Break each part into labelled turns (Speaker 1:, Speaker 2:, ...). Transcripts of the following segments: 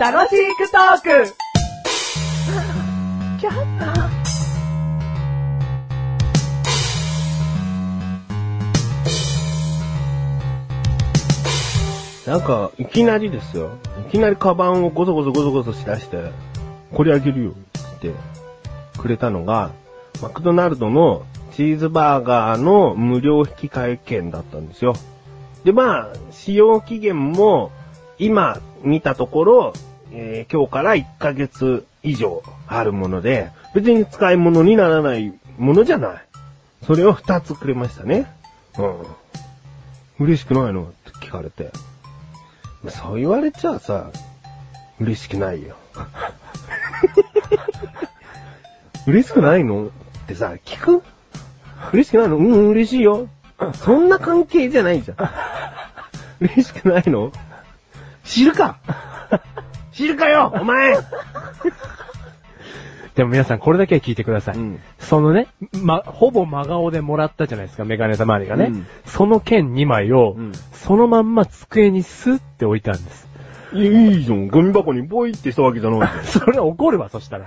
Speaker 1: 楽しくトーク
Speaker 2: なんか、いきなりですよ。いきなりカバンをゴソゴソゴソゴソしだして、これあげるよ、ってくれたのが、マクドナルドのチーズバーガーの無料引き換え券だったんですよ。で、まあ、使用期限も、今見たところ、えー今日から1ヶ月以上あるもので、別に使い物にならないものじゃない。それを2つくれましたね。うん。嬉しくないのって聞かれて。そう言われちゃさ、嬉しくない よ。嬉しくないのってさ、聞く嬉しくないのうんうん、嬉しいよ。そんな関係じゃないじゃん。嬉しくないの知るか知るかよお前
Speaker 3: でも皆さんこれだけは聞いてください。
Speaker 2: うん
Speaker 3: そのね、ま、ほぼ真顔でもらったじゃないですか、メガネたまわりがね。
Speaker 2: うん
Speaker 3: その剣2枚を、
Speaker 2: うん
Speaker 3: そのまんま机にスッって置いたんです。
Speaker 2: いやいいじゃん。ゴミ箱にボイってしたわけじゃないじゃん。
Speaker 3: それ怒るわ、そしたら。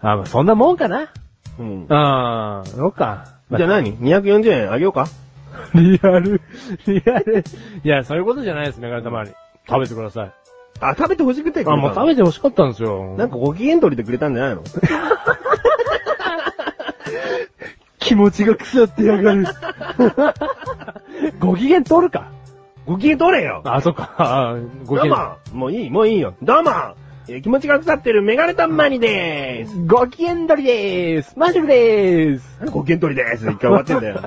Speaker 3: あ、まあ、そんなもんかな。
Speaker 2: うん。
Speaker 3: ああ、そうか。
Speaker 2: じゃあ何 ?240 円あげようか
Speaker 3: リアル、リアル。いや、そういうことじゃないです、メガネたまわり。食べてください。
Speaker 2: あ、食べてほしくてくれた
Speaker 3: あ、
Speaker 2: の
Speaker 3: もう食べて欲しかったんですよ。
Speaker 2: なんかご機嫌取りでくれたんじゃないの
Speaker 3: 気持ちが腐ってやがる。ご機嫌取るか。
Speaker 2: ご機嫌取れよ
Speaker 3: あ、そっか。あご
Speaker 2: どう
Speaker 3: 機嫌。
Speaker 2: ももういい、もういいよ。どうもえー気持ちが腐ってるメガネタンマニでーす。
Speaker 3: ご機嫌取りでーす。マジルでーす。
Speaker 2: なんでご機嫌取りでーす。一回終わってんだ よ。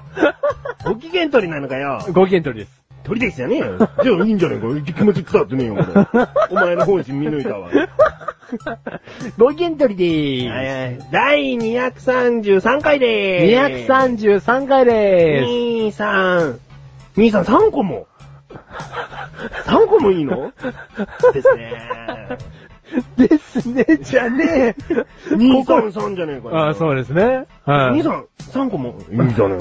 Speaker 2: ご機嫌取りなのかよ。
Speaker 3: ご機嫌取りです。
Speaker 2: 取りですよ ねえよ。じゃあいいんじゃねえか。気持ち腐ってねえよ、お前。お前の本心見抜いたわ。
Speaker 3: ご機嫌取りで
Speaker 2: はい
Speaker 3: ー
Speaker 2: はい第233回でー
Speaker 3: す。
Speaker 2: す。
Speaker 3: 233回でーす。
Speaker 2: 233。23。23、3個 も !3 個もいいのですね
Speaker 3: ですね、じゃねえ。
Speaker 2: 二
Speaker 3: ここ
Speaker 2: 三三じゃねえかよ。
Speaker 3: あ、そう
Speaker 2: で
Speaker 3: ですね。はい
Speaker 2: 二三三個も。いいじゃね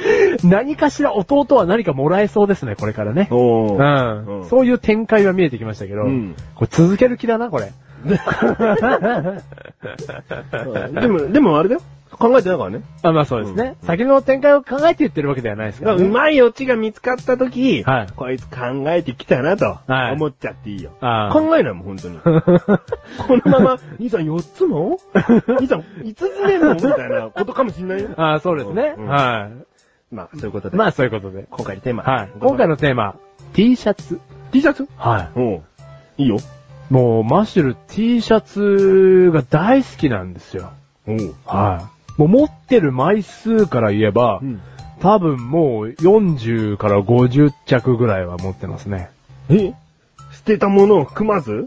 Speaker 2: えか。
Speaker 3: 何かしら弟は何かもらえそうですね、これからね。
Speaker 2: お
Speaker 3: う
Speaker 2: ー。う。
Speaker 3: ん
Speaker 2: ん
Speaker 3: そういう展開は見えてきましたけど
Speaker 2: うん、
Speaker 3: これ続ける気だな、これ。
Speaker 2: でも、でもあれだよ。考えてないからね。
Speaker 3: あ、まあそうですね。先の展開を考えて言ってるわけではないです
Speaker 2: だか
Speaker 3: か
Speaker 2: らら
Speaker 3: ね。
Speaker 2: うまいオチが見つかったとき、
Speaker 3: はい
Speaker 2: こいつ考えてきたなと、
Speaker 3: はい
Speaker 2: 思っちゃっていいよ。
Speaker 3: あー
Speaker 2: 考えないもん、本当 に。このまま、兄さん4つも兄さん5つ目もみたいなことかもしんないよ。
Speaker 3: ああ、そうですね。
Speaker 2: うん
Speaker 3: は
Speaker 2: まあ、そういうこと
Speaker 3: い。
Speaker 2: で。
Speaker 3: ま
Speaker 2: あ、
Speaker 3: あそういうことで。
Speaker 2: 今回のテーマ。
Speaker 3: はい。今回
Speaker 2: の
Speaker 3: のテーマ、T シャツ。
Speaker 2: T シャツ
Speaker 3: は
Speaker 2: うん。いいよ。
Speaker 3: い。もう、マッシュル T シャツが大好きなんですよ。
Speaker 2: うん。
Speaker 3: はい。もう持ってる枚数から言えば、
Speaker 2: うん
Speaker 3: 多分もう40から50着ぐらいは持ってますね。
Speaker 2: え捨てたものを含まず
Speaker 3: ん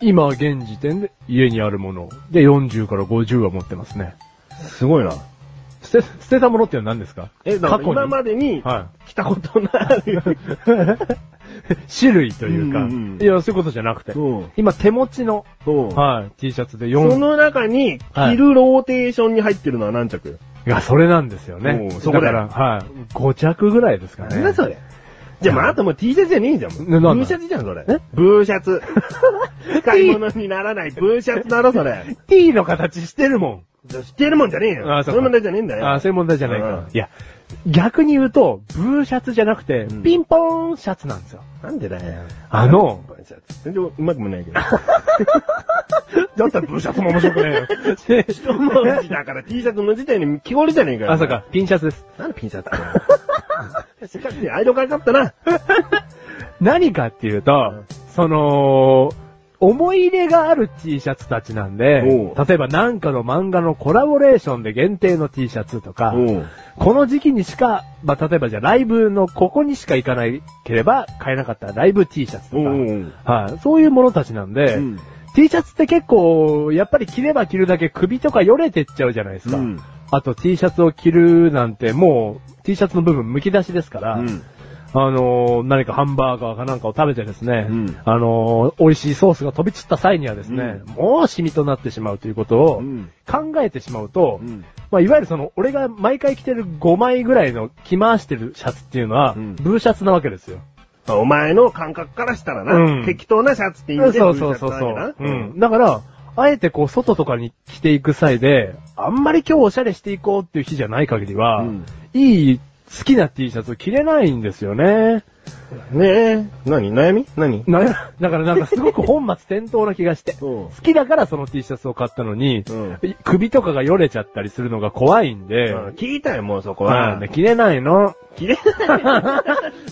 Speaker 3: 今、現時点で家にあるもので40から50は持ってますね。
Speaker 2: すごいな。
Speaker 3: 捨て、捨てたものってのは何ですか
Speaker 2: え、だから
Speaker 3: 過去に
Speaker 2: 今までに
Speaker 3: は
Speaker 2: 来たことのあ る。
Speaker 3: い。 種類というか、
Speaker 2: うんうんうん
Speaker 3: いや、そういうことじゃなくて、
Speaker 2: うん
Speaker 3: 今手持ちの、
Speaker 2: うん
Speaker 3: はい、T シャツで
Speaker 2: そ
Speaker 3: 4、
Speaker 2: の中に、着るローテーションに入ってるのは何着
Speaker 3: がそれなんですよ
Speaker 2: お
Speaker 3: ね
Speaker 2: う。そこで
Speaker 3: だから、はい、5着ぐらいですかね。
Speaker 2: なんだそれ。じゃあ、まあ、あともう T シャツじゃねえじゃん。
Speaker 3: ななんだ
Speaker 2: ブーシャツじゃん、それ
Speaker 3: え。
Speaker 2: ブーシャ ツ。使い物にならないブーシャツだろ、そ れ。
Speaker 3: T の形してるもん。
Speaker 2: じゃあ知ってるもんじゃねえよ。
Speaker 3: あそう
Speaker 2: ういう問題じゃねえんだよ。
Speaker 3: ああ、そういう問題じゃないか
Speaker 2: う
Speaker 3: ら
Speaker 2: ん。
Speaker 3: いや、逆に言うと、ブーシャツじゃなくて
Speaker 2: う、ん
Speaker 3: ピンポーンシャツなんですよ。
Speaker 2: なんでだよ。
Speaker 3: あの
Speaker 2: ブーシャツ。全然うまくもないけど。だ ったらブーシャツも面白くないよ。一文字だから T シャツの時点に木こりじゃねえかよ。
Speaker 3: あ、そうか。、ピンシャツです。
Speaker 2: なんでピンシャツ だよしかし、アイドル変えちゃったな。
Speaker 3: 何かっていうと
Speaker 2: ん、
Speaker 3: その、思い入れがある T シャツたちなんで、
Speaker 2: おう
Speaker 3: 例えばなんかの漫画のコラボレーションで限定の T シャツとか、
Speaker 2: うん。
Speaker 3: この時期にしか、まあ、例えばじゃあライブのここにしか行かないければ買えなかったライブ T シャツとか、
Speaker 2: うん
Speaker 3: はい、そういうものたちなんで、
Speaker 2: うん
Speaker 3: T シャツって結構、やっぱり着れば着るだけ首とかよれてっちゃうじゃないですか。
Speaker 2: うん
Speaker 3: あと T シャツを着るなんてもう T シャツの部分剥き出しですから、
Speaker 2: うん
Speaker 3: あのー何かハンバーガーかなんかを食べてですね、
Speaker 2: うん
Speaker 3: あのー美味しいソースが飛び散った際にはですね、もうシミとなってしまうということを
Speaker 2: うん
Speaker 3: 考えてしまうと、
Speaker 2: うん
Speaker 3: まあ、いわゆるその、俺が毎回着てる5枚ぐらいの着回してるシャツっていうのは、
Speaker 2: うん
Speaker 3: ブーシャツなわけですよ。
Speaker 2: お前の感覚からしたらな、
Speaker 3: うん
Speaker 2: 適当なシャツって意味で
Speaker 3: そうそうそうそう。うん。だから、あえてこう、外とかに着ていく際で、あんまり今日おしゃれしていこうっていう日じゃない限りは、
Speaker 2: うん
Speaker 3: いい、好きな T シャツを着れないんですよね。
Speaker 2: ねえ、何悩み何
Speaker 3: な、だからなんかすごく本末転倒な気がして。
Speaker 2: そ
Speaker 3: 好きだからその T シャツを買ったのに、
Speaker 2: うん
Speaker 3: 首とかがよれちゃったりするのが怖いん
Speaker 2: う
Speaker 3: で、
Speaker 2: ん聞いたよ、もうそこ
Speaker 3: まあ
Speaker 2: は
Speaker 3: ね、。着れないの。
Speaker 2: 切れ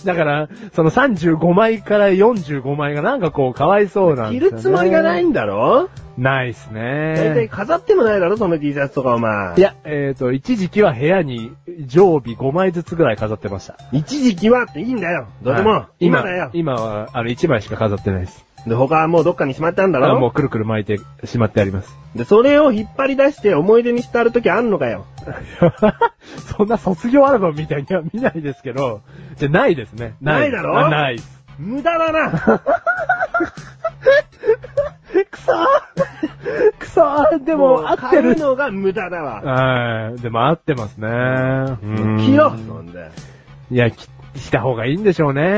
Speaker 3: だから、その35枚から45枚がなんかこう、かわいそうなん
Speaker 2: 着
Speaker 3: ですよ、ね。
Speaker 2: るつもりがないんだろ
Speaker 3: ないっすね。
Speaker 2: 大体飾ってもないだろ、その T シャツとかお前。
Speaker 3: いや、えっ、と、一時期は部屋に常備5枚ずつぐらい飾ってました。
Speaker 2: 一時期はっていいんだよ。どれ
Speaker 3: はい
Speaker 2: も。今だよ。
Speaker 3: 今は、あの、1枚しか飾ってないです。
Speaker 2: で、他はもうどっかにしまってあんだ
Speaker 3: あもう
Speaker 2: ろ
Speaker 3: くるくる巻いてしまってあります。
Speaker 2: で、それを引っ張り出して思い出にしてある時あんのかよ。
Speaker 3: そんな卒業アルバムみたいには見ないですけど、じゃ、ないですね。
Speaker 2: ないだろ
Speaker 3: あないっす。
Speaker 2: 無駄だな
Speaker 3: くそー くそー で
Speaker 2: う
Speaker 3: も、合って
Speaker 2: 買う
Speaker 3: る。
Speaker 2: のが無駄だわ。
Speaker 3: はい。でも合ってますね。うん
Speaker 2: 着ろそんで。
Speaker 3: いや、き、した方がいいんでしょうね。う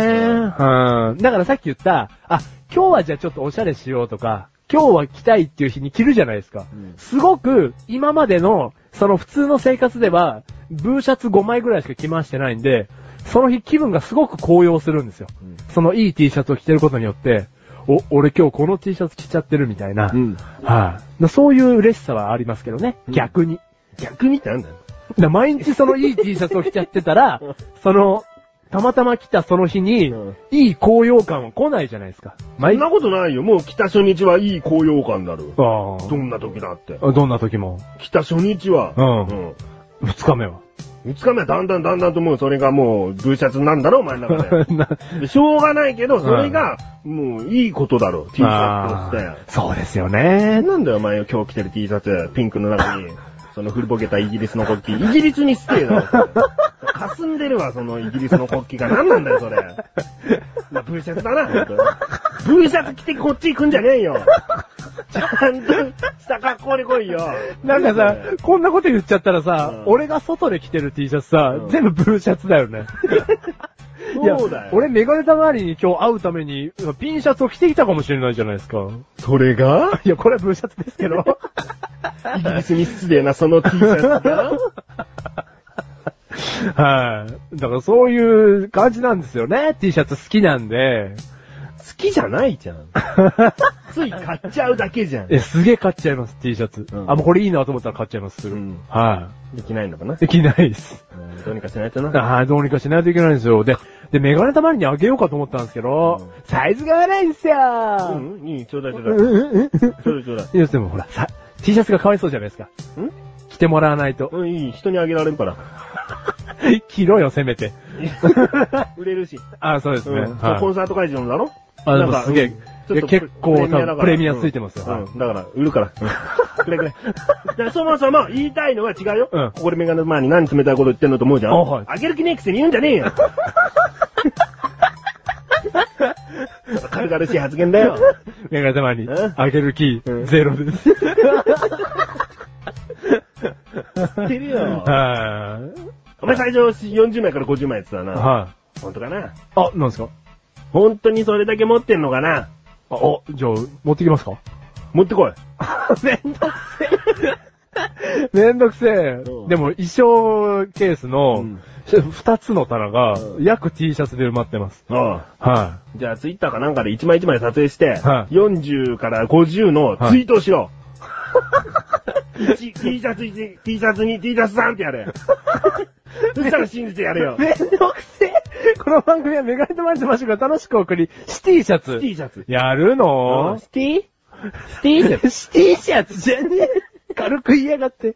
Speaker 3: ん。だからさっき言った、あ、今日はじゃあちょっとおしゃれしようとか、今日は着たいっていう日に着るじゃないですか。
Speaker 2: うん
Speaker 3: すごく、今までの、その普通の生活では、ブーシャツ5枚ぐらいしか着回してないんで、その日気分がすごく高揚するんですよ。
Speaker 2: うん
Speaker 3: そのいい T シャツを着てることによって、お、俺今日この T シャツ着ちゃってるみたいな。
Speaker 2: うん
Speaker 3: はい、そういう嬉しさはありますけどね。
Speaker 2: うん
Speaker 3: 逆に。
Speaker 2: 逆にってなんだよ。
Speaker 3: だから毎日その いい T シャツを着ちゃってたら、その、たまたま来たその日に
Speaker 2: うん、
Speaker 3: いい高揚感は来ないじゃないですか。
Speaker 2: そ
Speaker 3: 毎
Speaker 2: んなことないよ。もう来た初日はいい高揚感だろ。
Speaker 3: あ
Speaker 2: どんな時だって。
Speaker 3: あどんな時も。
Speaker 2: 来た初日は、
Speaker 3: う
Speaker 2: うん
Speaker 3: 二日目は。
Speaker 2: 二日目はだんだんだんだんともうそれがもうブーシャツなんだろ、お前の中 で。
Speaker 3: な
Speaker 2: でしょうがないけど、それがもういいことだろ、T シャツと
Speaker 3: あ
Speaker 2: し
Speaker 3: ーそうですよね
Speaker 2: て。。なんだよ、お前今日着てる T シャツ、ピンクの中に、その古ぼけたイギリスの国旗。イギリスに失礼だろ。霞んでるわ、そのイギリスの国旗が。何なんだよ、それ。まあ、ブーシャツだな、本当にブーシャツ着てこっち行くんじゃねえよ。ちゃんとした格好で来いよ。
Speaker 3: なんかさ
Speaker 2: ね、
Speaker 3: こんなこと言っちゃったらさ、
Speaker 2: うん
Speaker 3: 俺が外で着てる T シャツさ、
Speaker 2: うん
Speaker 3: 全部ブルーシャツだよね。いや
Speaker 2: そうだよ。
Speaker 3: 俺メガネた周りに今日会うために、ピンシャツを着てきたかもしれないじゃないですか。
Speaker 2: それが
Speaker 3: いや、これはブルーシャツですけど。
Speaker 2: イギリスに失礼な、その T シャツが。
Speaker 3: はい。だからそういう感じなんですよね。T シャツ好きなんで。
Speaker 2: 好きじゃないじゃん。つい買っちゃうだけじゃん。
Speaker 3: え、すげえ買っちゃいます、T シャツ。
Speaker 2: うん
Speaker 3: あ、もうこれいいなと思ったら買っちゃいます、すぐ。
Speaker 2: うん
Speaker 3: は。
Speaker 2: できないのかない
Speaker 3: できないです。
Speaker 2: うんどうにかしないとな。
Speaker 3: はい、どうにかしないといけないんですよ。で、で、メガネたまりにあげようかと思ったんですけど、
Speaker 2: う
Speaker 3: サイズが合わないんですよ、
Speaker 2: うん、いい、ちょうだいちょう
Speaker 3: うん
Speaker 2: だい。
Speaker 3: うんうん
Speaker 2: ちょうだいちょうだい。
Speaker 3: いや、でもほら、さ、T シャツがかわいそうじゃないですか。
Speaker 2: ん
Speaker 3: 着てもらわないと。
Speaker 2: うん、いい、人にあげられん から。
Speaker 3: 着ろよ、せめて。
Speaker 2: 売れるし。
Speaker 3: あ、そうです
Speaker 2: う
Speaker 3: ね。
Speaker 2: ん、
Speaker 3: はい
Speaker 2: コンサート会場のだろ
Speaker 3: あ、で
Speaker 2: なん
Speaker 3: も
Speaker 2: か
Speaker 3: すげえ
Speaker 2: うんちょっと。
Speaker 3: 結構多分プレミ
Speaker 2: だ
Speaker 3: ア
Speaker 2: から
Speaker 3: ついてますよ。
Speaker 2: う
Speaker 3: はい
Speaker 2: んうん、だから、売るから。うん くれくれ。でそもそも言いたいのは違うよ。
Speaker 3: うん
Speaker 2: ここでメガネの前に何冷たいこと言ってんのと思うじゃん。
Speaker 3: あはい
Speaker 2: あげる気ねえくせに言うんじゃねえ よ。軽々しい発言だよ。
Speaker 3: メガネ玉に
Speaker 2: え、
Speaker 3: あげるキ
Speaker 2: う
Speaker 3: ー、
Speaker 2: ん
Speaker 3: ゼロです。
Speaker 2: 知ってるよ。
Speaker 3: はい。
Speaker 2: お前最初40枚から50枚やってたな。
Speaker 3: はい。
Speaker 2: 本当かな
Speaker 3: あ、なんですか
Speaker 2: 本当にそれだけ持ってんのかな
Speaker 3: あ、お、じゃあ、持ってきますか
Speaker 2: 持ってこい。
Speaker 3: めんどくせえ。めんどくせえ
Speaker 2: うん。
Speaker 3: でも、衣装ケース
Speaker 2: う
Speaker 3: の
Speaker 2: ん、
Speaker 3: 二つの棚が
Speaker 2: う、ん
Speaker 3: 約 T シャツで埋まってます。
Speaker 2: ああ
Speaker 3: は
Speaker 2: じゃあツイッターかなんかで一枚一枚撮影して、
Speaker 3: はい
Speaker 2: 40から50のツイートをしろ。 一 T シャツ1、T シャツ2、T シャツ3ってやれ。そしたら信じてやれよ
Speaker 3: い。。めんどくせえ。この番組はメガネとマジでマシュが楽しく送り、シティシャツ。
Speaker 2: T シャツ。
Speaker 3: やるの
Speaker 2: シティシテ
Speaker 3: シティシャツじゃねえ。軽く言いやがって。